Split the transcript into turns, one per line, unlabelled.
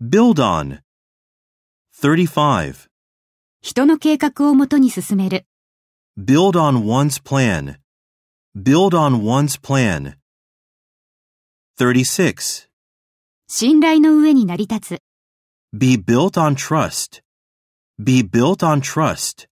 Build on. 35.
人の計画をもとに進める。
Build on one's plan. Build on one's plan. 36.
信頼の上に成り立つ。
Be built on trust. Be built on trust.